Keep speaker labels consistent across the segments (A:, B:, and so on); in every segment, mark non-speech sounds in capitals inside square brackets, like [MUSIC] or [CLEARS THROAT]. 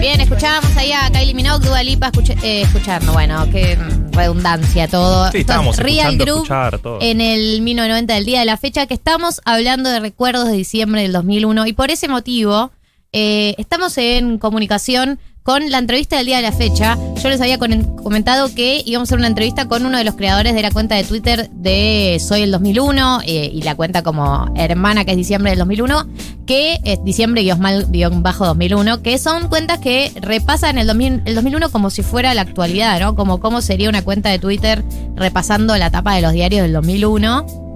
A: Escuchábamos ahí a Kylie Minogue, Dua Lipa, escuché- eh, escuchando, bueno, qué mm, redundancia todo.
B: Sí, estábamos
A: Real
B: escuchando,
A: Group
B: escuchar, todo.
A: en el 1990 del día de la fecha, que estamos hablando de recuerdos de diciembre del 2001 y por ese motivo eh, estamos en comunicación con la entrevista del día de la fecha. Yo les había con- comentado que íbamos a hacer una entrevista con uno de los creadores de la cuenta de Twitter de Soy el 2001 eh, y la cuenta como hermana que es diciembre del 2001, que eh, es diciembre-2001, que son cuentas que repasan el, 2000 el 2001 como si fuera la actualidad, ¿no? Como cómo sería una cuenta de Twitter repasando la tapa de los diarios del 2001. [CLEARS THROAT]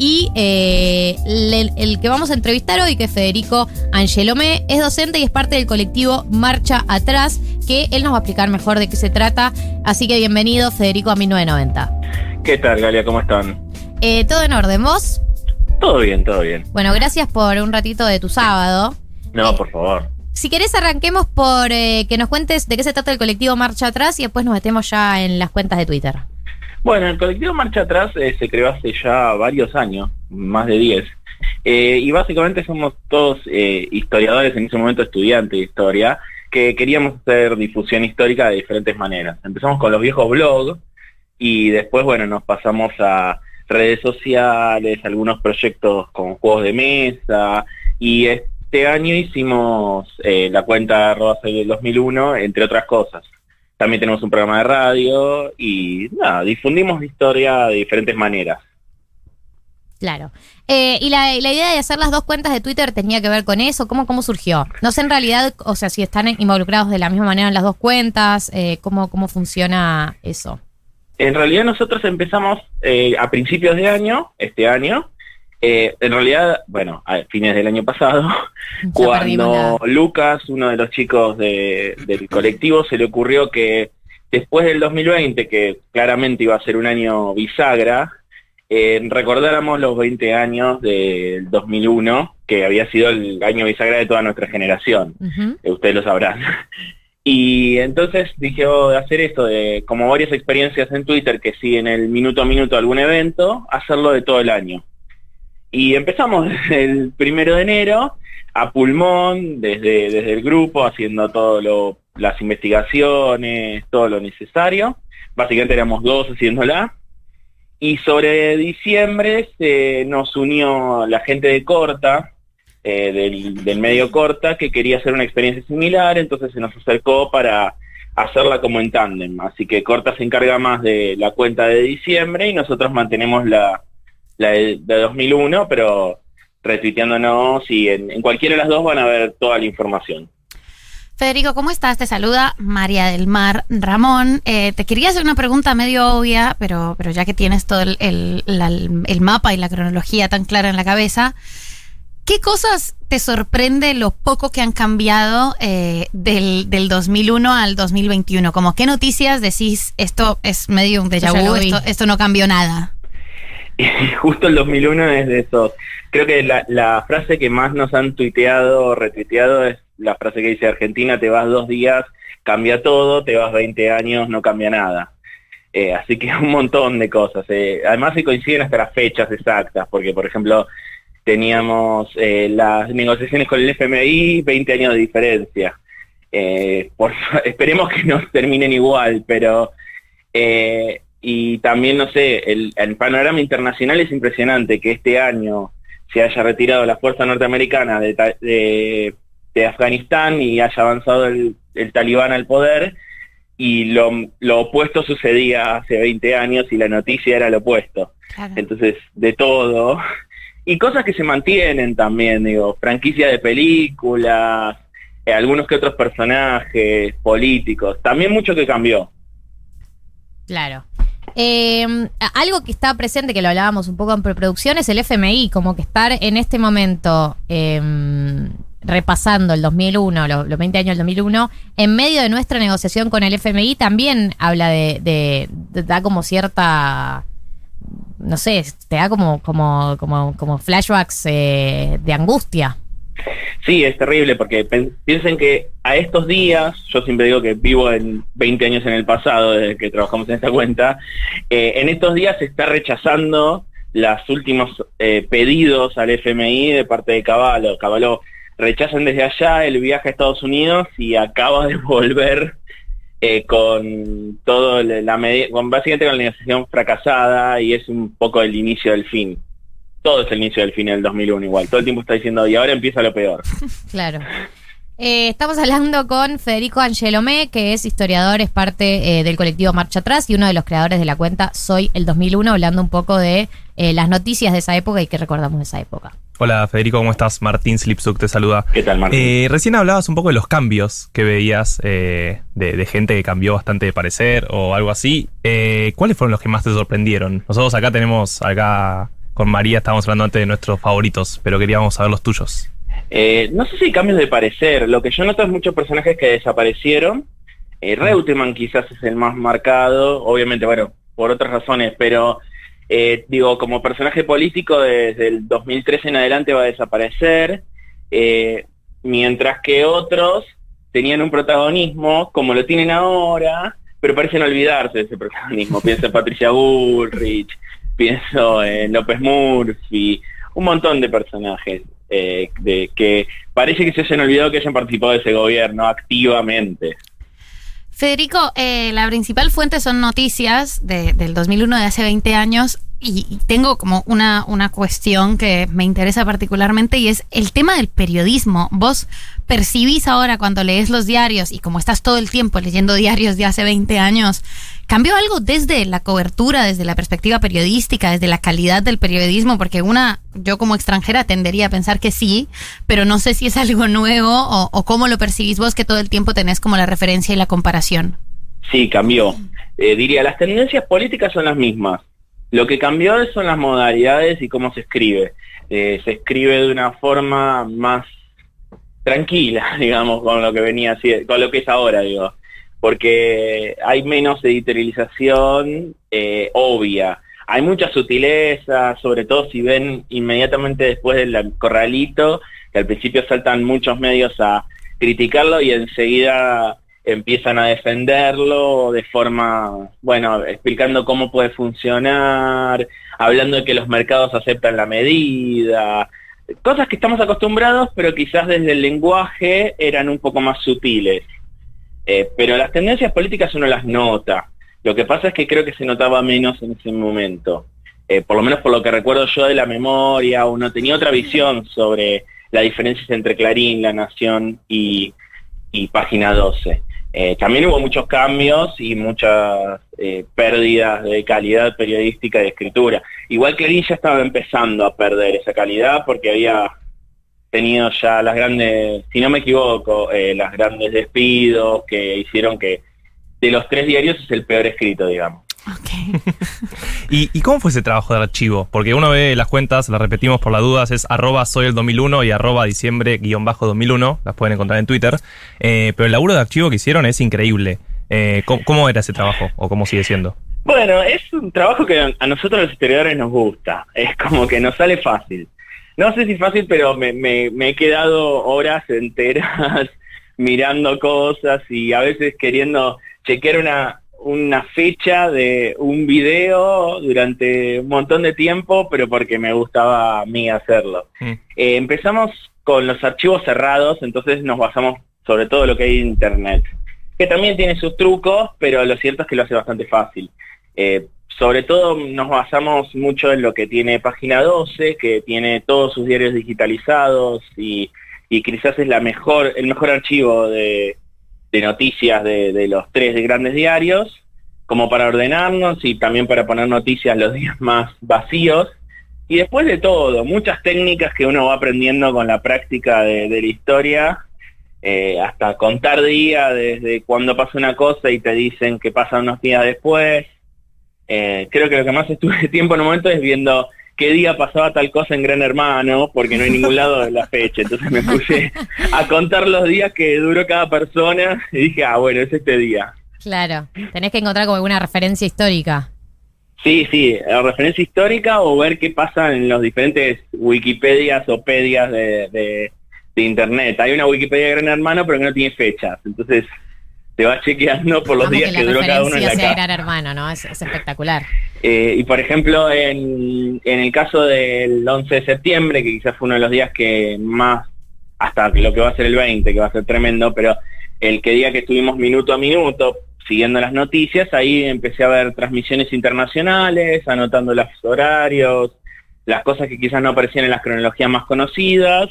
A: Y eh, le- el que vamos a entrevistar hoy, que es Federico Angelomé, es docente y es parte del colectivo Marcha Atrás, que él nos va a explicar mejor de qué se trata. Así que bienvenido, Federico, a 1990.
C: ¿Qué tal, Galia? ¿Cómo están?
A: Eh, Todo en orden, vos.
C: Todo bien, todo bien.
A: Bueno, gracias por un ratito de tu sábado.
C: No, por favor.
A: Si querés, arranquemos por eh, que nos cuentes de qué se trata el colectivo Marcha Atrás y después nos metemos ya en las cuentas de Twitter.
C: Bueno, el colectivo Marcha Atrás eh, se creó hace ya varios años, más de 10. Eh, y básicamente somos todos eh, historiadores, en ese momento estudiantes de historia, que queríamos hacer difusión histórica de diferentes maneras. Empezamos con los viejos blogs y después, bueno, nos pasamos a redes sociales, algunos proyectos con juegos de mesa y este año hicimos eh, la cuenta arroba soy del 2001, entre otras cosas. También tenemos un programa de radio y nada, difundimos la historia de diferentes maneras.
A: Claro. Eh, y la, y la idea de hacer las dos cuentas de Twitter tenía que ver con eso. ¿Cómo, cómo surgió? No sé en realidad, o sea, si están involucrados de la misma manera en las dos cuentas, eh, cómo, cómo funciona eso.
C: En realidad nosotros empezamos eh, a principios de año, este año, eh, en realidad, bueno, a fines del año pasado,
A: Ya perdimos la-
C: [LAUGHS] cuando Lucas, uno de los chicos de- del colectivo, se le ocurrió que después del 2020, que claramente iba a ser un año bisagra, eh, recordáramos los 20 años del 2001, que había sido el año bisagra de toda nuestra generación.
A: Ujú.
C: Eh, ustedes lo sabrán. [LAUGHS] Y entonces dije oh, de hacer esto, de como varias experiencias en Twitter que siguen el minuto a minuto algún evento, hacerlo de todo el año. Y empezamos [LAUGHS] el primero de enero a pulmón, desde, desde el grupo, haciendo todas las investigaciones, todo lo necesario. Básicamente éramos dos haciéndola. Y sobre diciembre se nos unió la gente de Corta, eh, del, del medio corta que quería hacer una experiencia similar, entonces se nos acercó para hacerla como en tándem. Así que Corta se encarga más de la cuenta de diciembre y nosotros mantenemos la, la de, de 2001, pero retuiteándonos y en, en cualquiera de las dos van a ver toda la información.
D: Federico, ¿cómo estás? Te saluda María del Mar Ramón. Eh, te quería hacer una pregunta medio obvia, pero, pero ya que tienes todo el, el- la- el mapa y la cronología tan clara en la cabeza, ¿qué cosas te sorprende lo poco que han cambiado eh, del, del 2001 al 2021? Como, ¿qué noticias decís esto es medio un déjà
A: Yo ya lo
D: vu,
A: vi.
D: esto, esto no cambió nada?
C: Y [LAUGHS] justo el 2001 es de esos. Creo que la, la frase que más nos han tuiteado o retuiteado es la frase que dice Argentina, te vas dos días, cambia todo, te vas 20 años, no cambia nada. Eh, así que [LAUGHS] un montón de cosas. eh. Además se coinciden hasta las fechas exactas, porque por ejemplo teníamos eh, las negociaciones con el FMI, 20 años de diferencia. Eh, por [LAUGHS] fa- esperemos que no terminen igual, pero eh, y también, no sé, el, el panorama internacional es impresionante que este año se haya retirado la fuerza norteamericana de, Ta- de- de Afganistán y haya avanzado el, el talibán al poder y lo, lo opuesto sucedía hace 20 años y la noticia era lo opuesto. Entonces, de todo. Y cosas que se mantienen también, digo, franquicia de películas, eh, algunos que otros personajes, políticos, también mucho que cambió.
A: Claro. Eh, algo que está presente, que lo hablábamos un poco en preproducción, es el FMI, como que estar en este momento eh, repasando el 2001, lo- los 20 años del 2001, en medio de nuestra negociación con el FMI también habla de, de- de- da como cierta, no sé, te da como, como, como, como flashbacks eh, de angustia.
C: Sí, es terrible porque pen- piensen que a estos días, yo siempre digo que vivo en 20 años en el pasado desde que trabajamos en esta cuenta, eh, en estos días se está rechazando los últimos eh, pedidos al FMI de parte de Caballo. Caballo rechazan desde allá el viaje a Estados Unidos y acaba de [LAUGHS] volver eh, con todo el- la medi- con básicamente con la negociación fracasada y es un poco el inicio del fin. Todo es el inicio del fin en el 2001 igual. Todo el tiempo está diciendo, y ahora empieza lo peor.
A: Claro. Eh, estamos hablando con Federico Angelomé, que es historiador, es parte eh, del colectivo Marcha Atrás y uno de los creadores de la cuenta Soy el 2001, hablando un poco de eh, las noticias de esa época y que recordamos de esa época.
B: Hola Federico, ¿cómo estás? Martín Slipsuk te saluda.
C: ¿Qué tal, Martín?
B: Eh, recién hablabas un poco de los cambios que veías eh, de, de gente que cambió bastante de parecer o algo así. Eh, ¿Cuáles fueron los que más te sorprendieron? Nosotros acá tenemos, acá con María estábamos hablando antes de nuestros favoritos, pero queríamos saber los tuyos.
C: Eh, no sé si hay cambios de parecer. Lo que yo noto es muchos personajes que desaparecieron. Eh, Reutemann quizás es el más marcado, obviamente, bueno, por otras razones, pero eh, digo, como personaje político desde el 2013 en adelante va a desaparecer, eh, mientras que otros tenían un protagonismo como lo tienen ahora, pero parecen olvidarse de ese protagonismo. Pienso en Patricia Bullrich, pienso en López Murphy, un montón de personajes eh, de que parece que se hayan olvidado que hayan participado de ese gobierno activamente.
D: Federico, eh, la principal fuente son noticias de- del 2001 de hace 20 años y y tengo como una, una cuestión que me interesa particularmente y es el tema del periodismo. Vos percibís ahora cuando lees los diarios y como estás todo el tiempo leyendo diarios de hace 20 años, ¿cambió algo desde la cobertura, desde la perspectiva periodística, desde la calidad del periodismo? Porque una, yo como extranjera tendería a pensar que sí, pero no sé si es algo nuevo o, o cómo lo percibís vos que todo el tiempo tenés como la referencia y la comparación.
C: Sí, cambió. Eh, diría, las tendencias políticas son las mismas. Lo que cambió es- son las modalidades y cómo se escribe. Eh, se escribe de una forma más tranquila, [LAUGHS] digamos, con lo que venía así, con lo que es ahora, digo. Porque hay menos editorialización eh, obvia. Hay mucha sutileza, sobre todo si ven inmediatamente después del corralito, que al principio saltan muchos medios a criticarlo y enseguida empiezan a defenderlo de forma, bueno, explicando cómo puede funcionar, hablando de que los mercados aceptan la medida, cosas que estamos acostumbrados, pero quizás desde el lenguaje eran un poco más sutiles. Eh, pero las tendencias políticas uno las nota. Lo que pasa es que creo que se notaba menos en ese momento. Eh, por lo menos por lo que recuerdo yo de la memoria, uno tenía otra visión sobre las diferencias entre Clarín, La Nación y, y Página 12. Eh, también hubo muchos cambios y muchas eh, pérdidas de calidad periodística y de escritura. Igual Clarín ya estaba empezando a perder esa calidad porque había tenido ya las grandes, si no me equivoco, eh, las grandes despidos que hicieron que de los tres diarios es el peor escrito, digamos.
B: ¿Y, y cómo fue ese trabajo de archivo? Porque uno ve las cuentas, las repetimos por las dudas, es arroba soy el 2001 y arroba diciembre guión bajo 2001, las pueden encontrar en Twitter. Eh, pero el laburo de archivo que hicieron es increíble. Eh, ¿cómo, cómo era ese trabajo o cómo sigue siendo?
C: Bueno, es un trabajo que a nosotros los historiadores nos gusta. [LAUGHS] Es como que nos sale fácil. No sé si fácil, pero me, me- me he quedado horas enteras [LAUGHS] mirando cosas y a veces queriendo chequear una, una fecha de un video durante un montón de tiempo, pero porque me gustaba a mí hacerlo.
B: Mm.
C: Eh, empezamos con los archivos cerrados, entonces nos basamos sobre todo en lo que hay en Internet, que también tiene sus trucos, pero lo cierto es que lo hace bastante fácil. Eh, sobre todo nos basamos mucho en lo que tiene Página 12, que tiene todos sus diarios digitalizados y, y quizás es la mejor, el mejor archivo de, de noticias de, de los tres grandes diarios, como para ordenarnos y también para poner noticias los [LAUGHS] días más vacíos. Y después de todo, muchas técnicas que uno va aprendiendo con la práctica de, de la historia, eh, hasta contar día desde cuando pasa una cosa y te dicen que pasa unos días después. Eh, creo que lo que más estuve [LAUGHS] tiempo en un momento es viendo qué día pasaba tal cosa en Gran Hermano, porque no hay ningún lado de la fecha. Entonces me puse a contar los días que duró cada persona y dije, ah, bueno, es este día.
A: Claro, tenés que encontrar como alguna referencia histórica.
C: Sí, sí, eh, referencia histórica o ver qué pasa en los diferentes Wikipedias o pedias de, de- de Internet. Hay una Wikipedia de Gran Hermano, pero que no tiene fechas. Entonces te vas chequeando por los
A: Amo
C: días que,
A: la
C: duró cada uno en
A: referencia
C: la
A: sea
C: casa.
A: Gran Hermano, ¿no? Es, es espectacular.
C: Eh, y por ejemplo, en, en el caso del 11 de septiembre, que quizás fue uno de los días que más hasta lo que va a ser el 20, que va a ser tremendo, pero el que diga que estuvimos minuto a minuto siguiendo las noticias, ahí empecé a ver transmisiones internacionales, anotando los horarios, las cosas que quizás no aparecían en las cronologías más conocidas,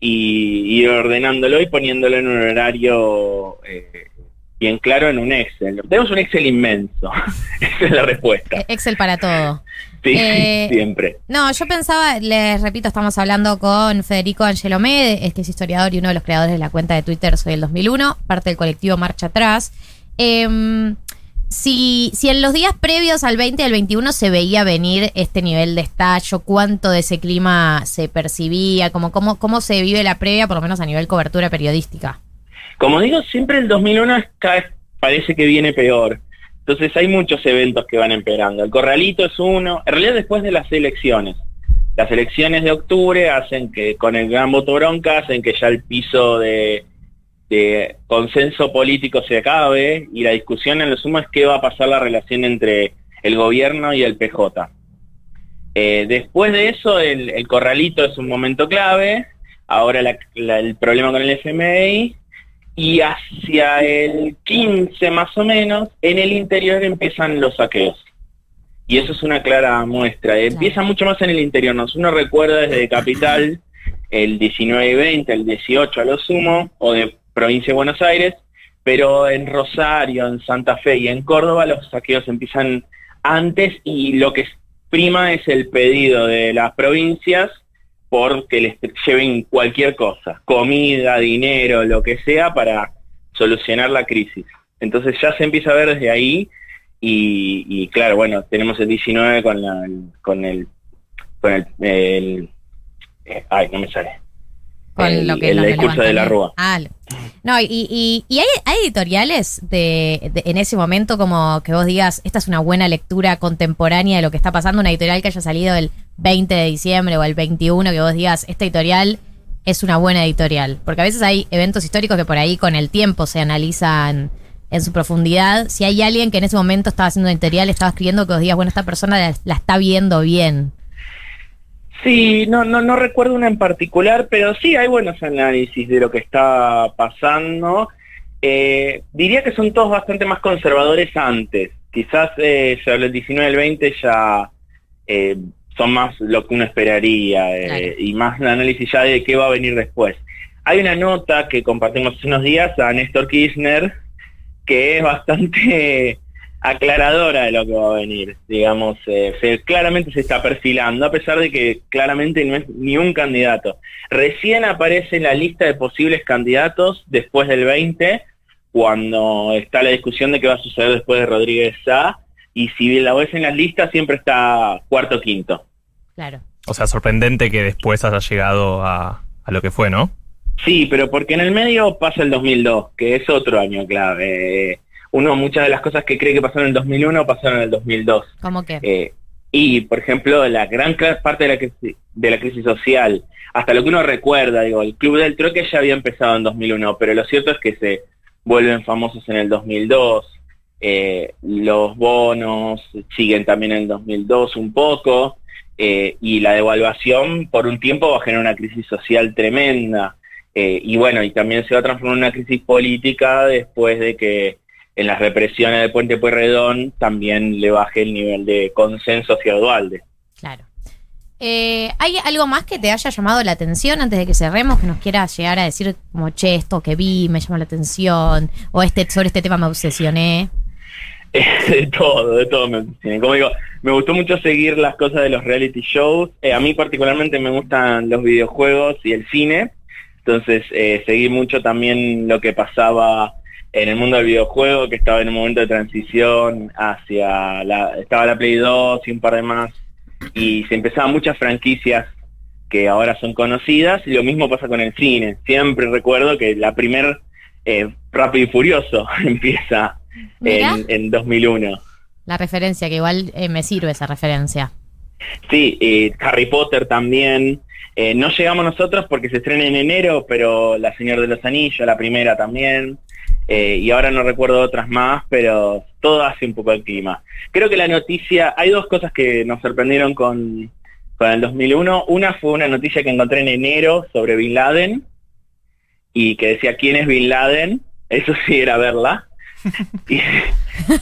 C: y, y ordenándolo y poniéndolo en un horario eh, bien claro en un Excel. Tenemos un Excel inmenso, [LAUGHS] esa es la respuesta.
A: E-, Excel para todo.
C: Sí,
A: Eh,
C: siempre.
A: No, yo pensaba, les repito, estamos hablando con Federico Angelomede, es que es historiador y uno de los creadores de la cuenta de Twitter Soy el 2001, parte del colectivo Marcha Atrás. Em, si, si en los días previos al 20 y al 21 se veía venir este nivel de estallo, cuánto de ese clima se percibía, como, cómo, cómo se vive la previa, por lo menos a nivel cobertura periodística.
C: Como digo, siempre el 2001 es- cada vez parece que viene peor. Entonces hay muchos eventos que van empeorando. El corralito es uno, en realidad después de las elecciones. Las elecciones de octubre hacen que con el gran voto bronca, hacen que ya el piso de, de consenso político se acabe y la discusión en lo sumo es qué va a pasar la relación entre el gobierno y el PJ. Eh, después de eso, el, el corralito es un momento clave, ahora la- la- el problema con el FMI y hacia el 15 más o menos, en el interior empiezan los saqueos. Y eso es una clara muestra. Empieza mucho más en el interior. Nos uno recuerda desde Capital el 19 y 20, el 18 a lo sumo, o de provincia de Buenos Aires, pero en Rosario, en Santa Fe y en Córdoba los saqueos empiezan antes y lo que prima es el pedido de las provincias porque les lleven cualquier cosa, comida, dinero, lo que sea, para solucionar la crisis. Entonces ya se empieza a ver desde ahí y, y claro, bueno, tenemos el 19 con, la, con el... Con el, el- eh, ay, no me sale.
A: Con
C: el,
A: lo que
C: el
A: lo
C: discurso de la
A: levantan.
C: Rúa.
A: Ah, lo- no, y, y- y hay, hay editoriales de, de- en ese momento como que vos digas, esta es una buena lectura contemporánea de lo que está pasando, una editorial que haya salido el 20 de diciembre o el 21, que vos digas, esta editorial es una buena editorial. Porque a veces hay eventos históricos que por ahí con el tiempo se analizan en su profundidad. Si hay alguien que en ese momento estaba haciendo una editorial, estaba escribiendo que vos digas, bueno, esta persona la, la está viendo bien.
C: Sí, no, no, no recuerdo una en particular, pero sí hay buenos análisis de lo que está pasando. Eh, diría que son todos bastante más conservadores antes. Quizás eh, ya el 19 el 20 ya eh, son más lo que uno esperaría eh,
A: Claro.
C: y más un análisis ya de qué va a venir después. Hay una nota que compartimos hace unos días a Néstor Kirchner que es bastante aclaradora de lo que va a venir. Digamos, eh, se- claramente se está perfilando, a pesar de que claramente no es ni un candidato. Recién aparece en la lista de posibles candidatos después del 20, cuando está la discusión de qué va a suceder después de Rodríguez Sá, y si la ves en las listas siempre está cuarto o quinto.
A: Claro.
B: O sea, sorprendente que después haya llegado a, a lo que fue, ¿no?
C: Sí, pero porque en el medio pasa el 2002, que es otro año clave. Eh, Uno, muchas de las cosas que cree que pasaron en el 2001 pasaron en el 2002.
A: Como que...
C: Eh, y, por ejemplo, la gran cla- parte de la, crisis, de la crisis social, hasta lo que uno recuerda, digo, el Club del Troque ya había empezado en 2001, pero lo cierto es que se vuelven famosos en el 2002, eh, los bonos siguen también en el 2002 un poco, eh, y la devaluación por un tiempo va a generar una crisis social tremenda. eh, y bueno, y también se va a transformar en una crisis política después de que en las represiones de Puente Pueyrredón también le baje el nivel de consenso hacia Dualde. [LAUGHS]
A: Claro. Eh, ¿Hay algo más que te haya llamado la atención antes de que cerremos? Que nos quieras llegar a decir como, che, esto que vi me llamó la atención, o este sobre este tema me obsesioné.
C: de todo, de todo me obsesioné. Como digo, me gustó mucho seguir las cosas de los reality shows. Eh, a mí particularmente me gustan los videojuegos y el cine. Entonces eh, seguí mucho también lo que pasaba en el mundo del videojuego, que estaba en un momento de transición hacia la... Estaba la Play 2 y un par de más. Y se empezaban muchas franquicias que ahora son conocidas. Y lo mismo pasa con el cine. Siempre recuerdo que la primer... eh, Rápido y Furioso [LAUGHS] empieza
A: Mirá.
C: en, en 2001.
A: La referencia, que igual eh, me sirve esa referencia.
C: Sí, eh, Harry Potter también. Eh, no llegamos nosotros porque se estrena en enero, pero La Señor de los Anillos, la primera también. Eh, y ahora no recuerdo otras más, pero todo hace un poco el clima. Creo que la noticia, hay dos cosas que nos sorprendieron con, con el 2001. Una fue una noticia que encontré en enero sobre Bin Laden y que decía quién es Bin Laden. Eso sí era verla. Y,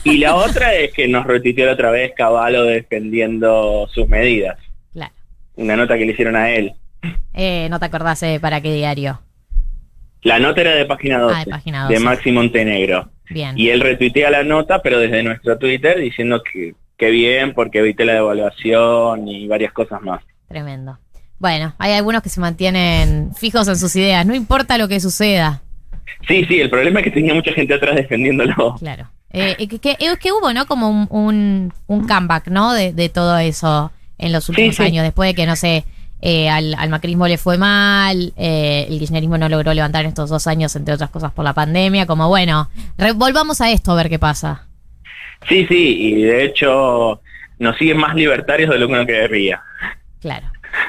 C: y la otra es que nos retuiteó la otra vez Caballo defendiendo sus medidas.
A: Claro.
C: Una nota que le hicieron a él.
A: Eh, no te acordás eh, para qué diario.
C: La nota era de página 12,
A: Ah, de Página Ah. 12.
C: de Maxi Montenegro.
A: Bien.
C: Y él retuitea la nota, pero desde nuestro Twitter, diciendo que, que bien, porque evité la devaluación y varias cosas más.
A: Tremendo. Bueno, hay algunos que se mantienen fijos en sus ideas, no importa lo que suceda.
C: Sí, sí, el problema es que tenía mucha gente atrás defendiéndolo.
A: Claro. Eh, eh, que, que- es que hubo, ¿no? Como un, un, un comeback, ¿no? De, de todo eso en los últimos
C: sí.
A: años, después de que, no sé, eh, al, al macrismo le fue mal, eh, el kirchnerismo no logró levantar en estos dos años, entre otras cosas, por la pandemia, como, bueno, re- volvamos a esto a ver qué pasa.
C: Sí, sí, y de hecho nos siguen más libertarios de lo que uno creería.
A: Claro.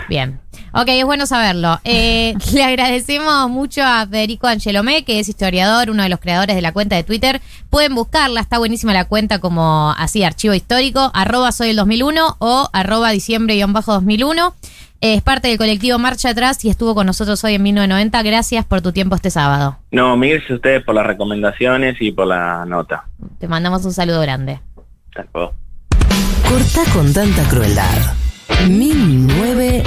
A: Bien. Ok, es bueno saberlo. Eh, le agradecemos mucho a Federico Angelomé, que es historiador, uno de los creadores de la cuenta de Twitter. Pueden buscarla, está buenísima la cuenta como así, archivo histórico, arroba soy el 2001 o arroba diciembre-2001. Eh, Es parte del colectivo Marcha Atrás y estuvo con nosotros hoy en 1990. Gracias por tu tiempo este sábado.
C: No, mil gracias a ustedes por las recomendaciones y por la nota.
A: Te mandamos un saludo grande.
C: Hasta luego.
E: Corta con tanta crueldad. 1990.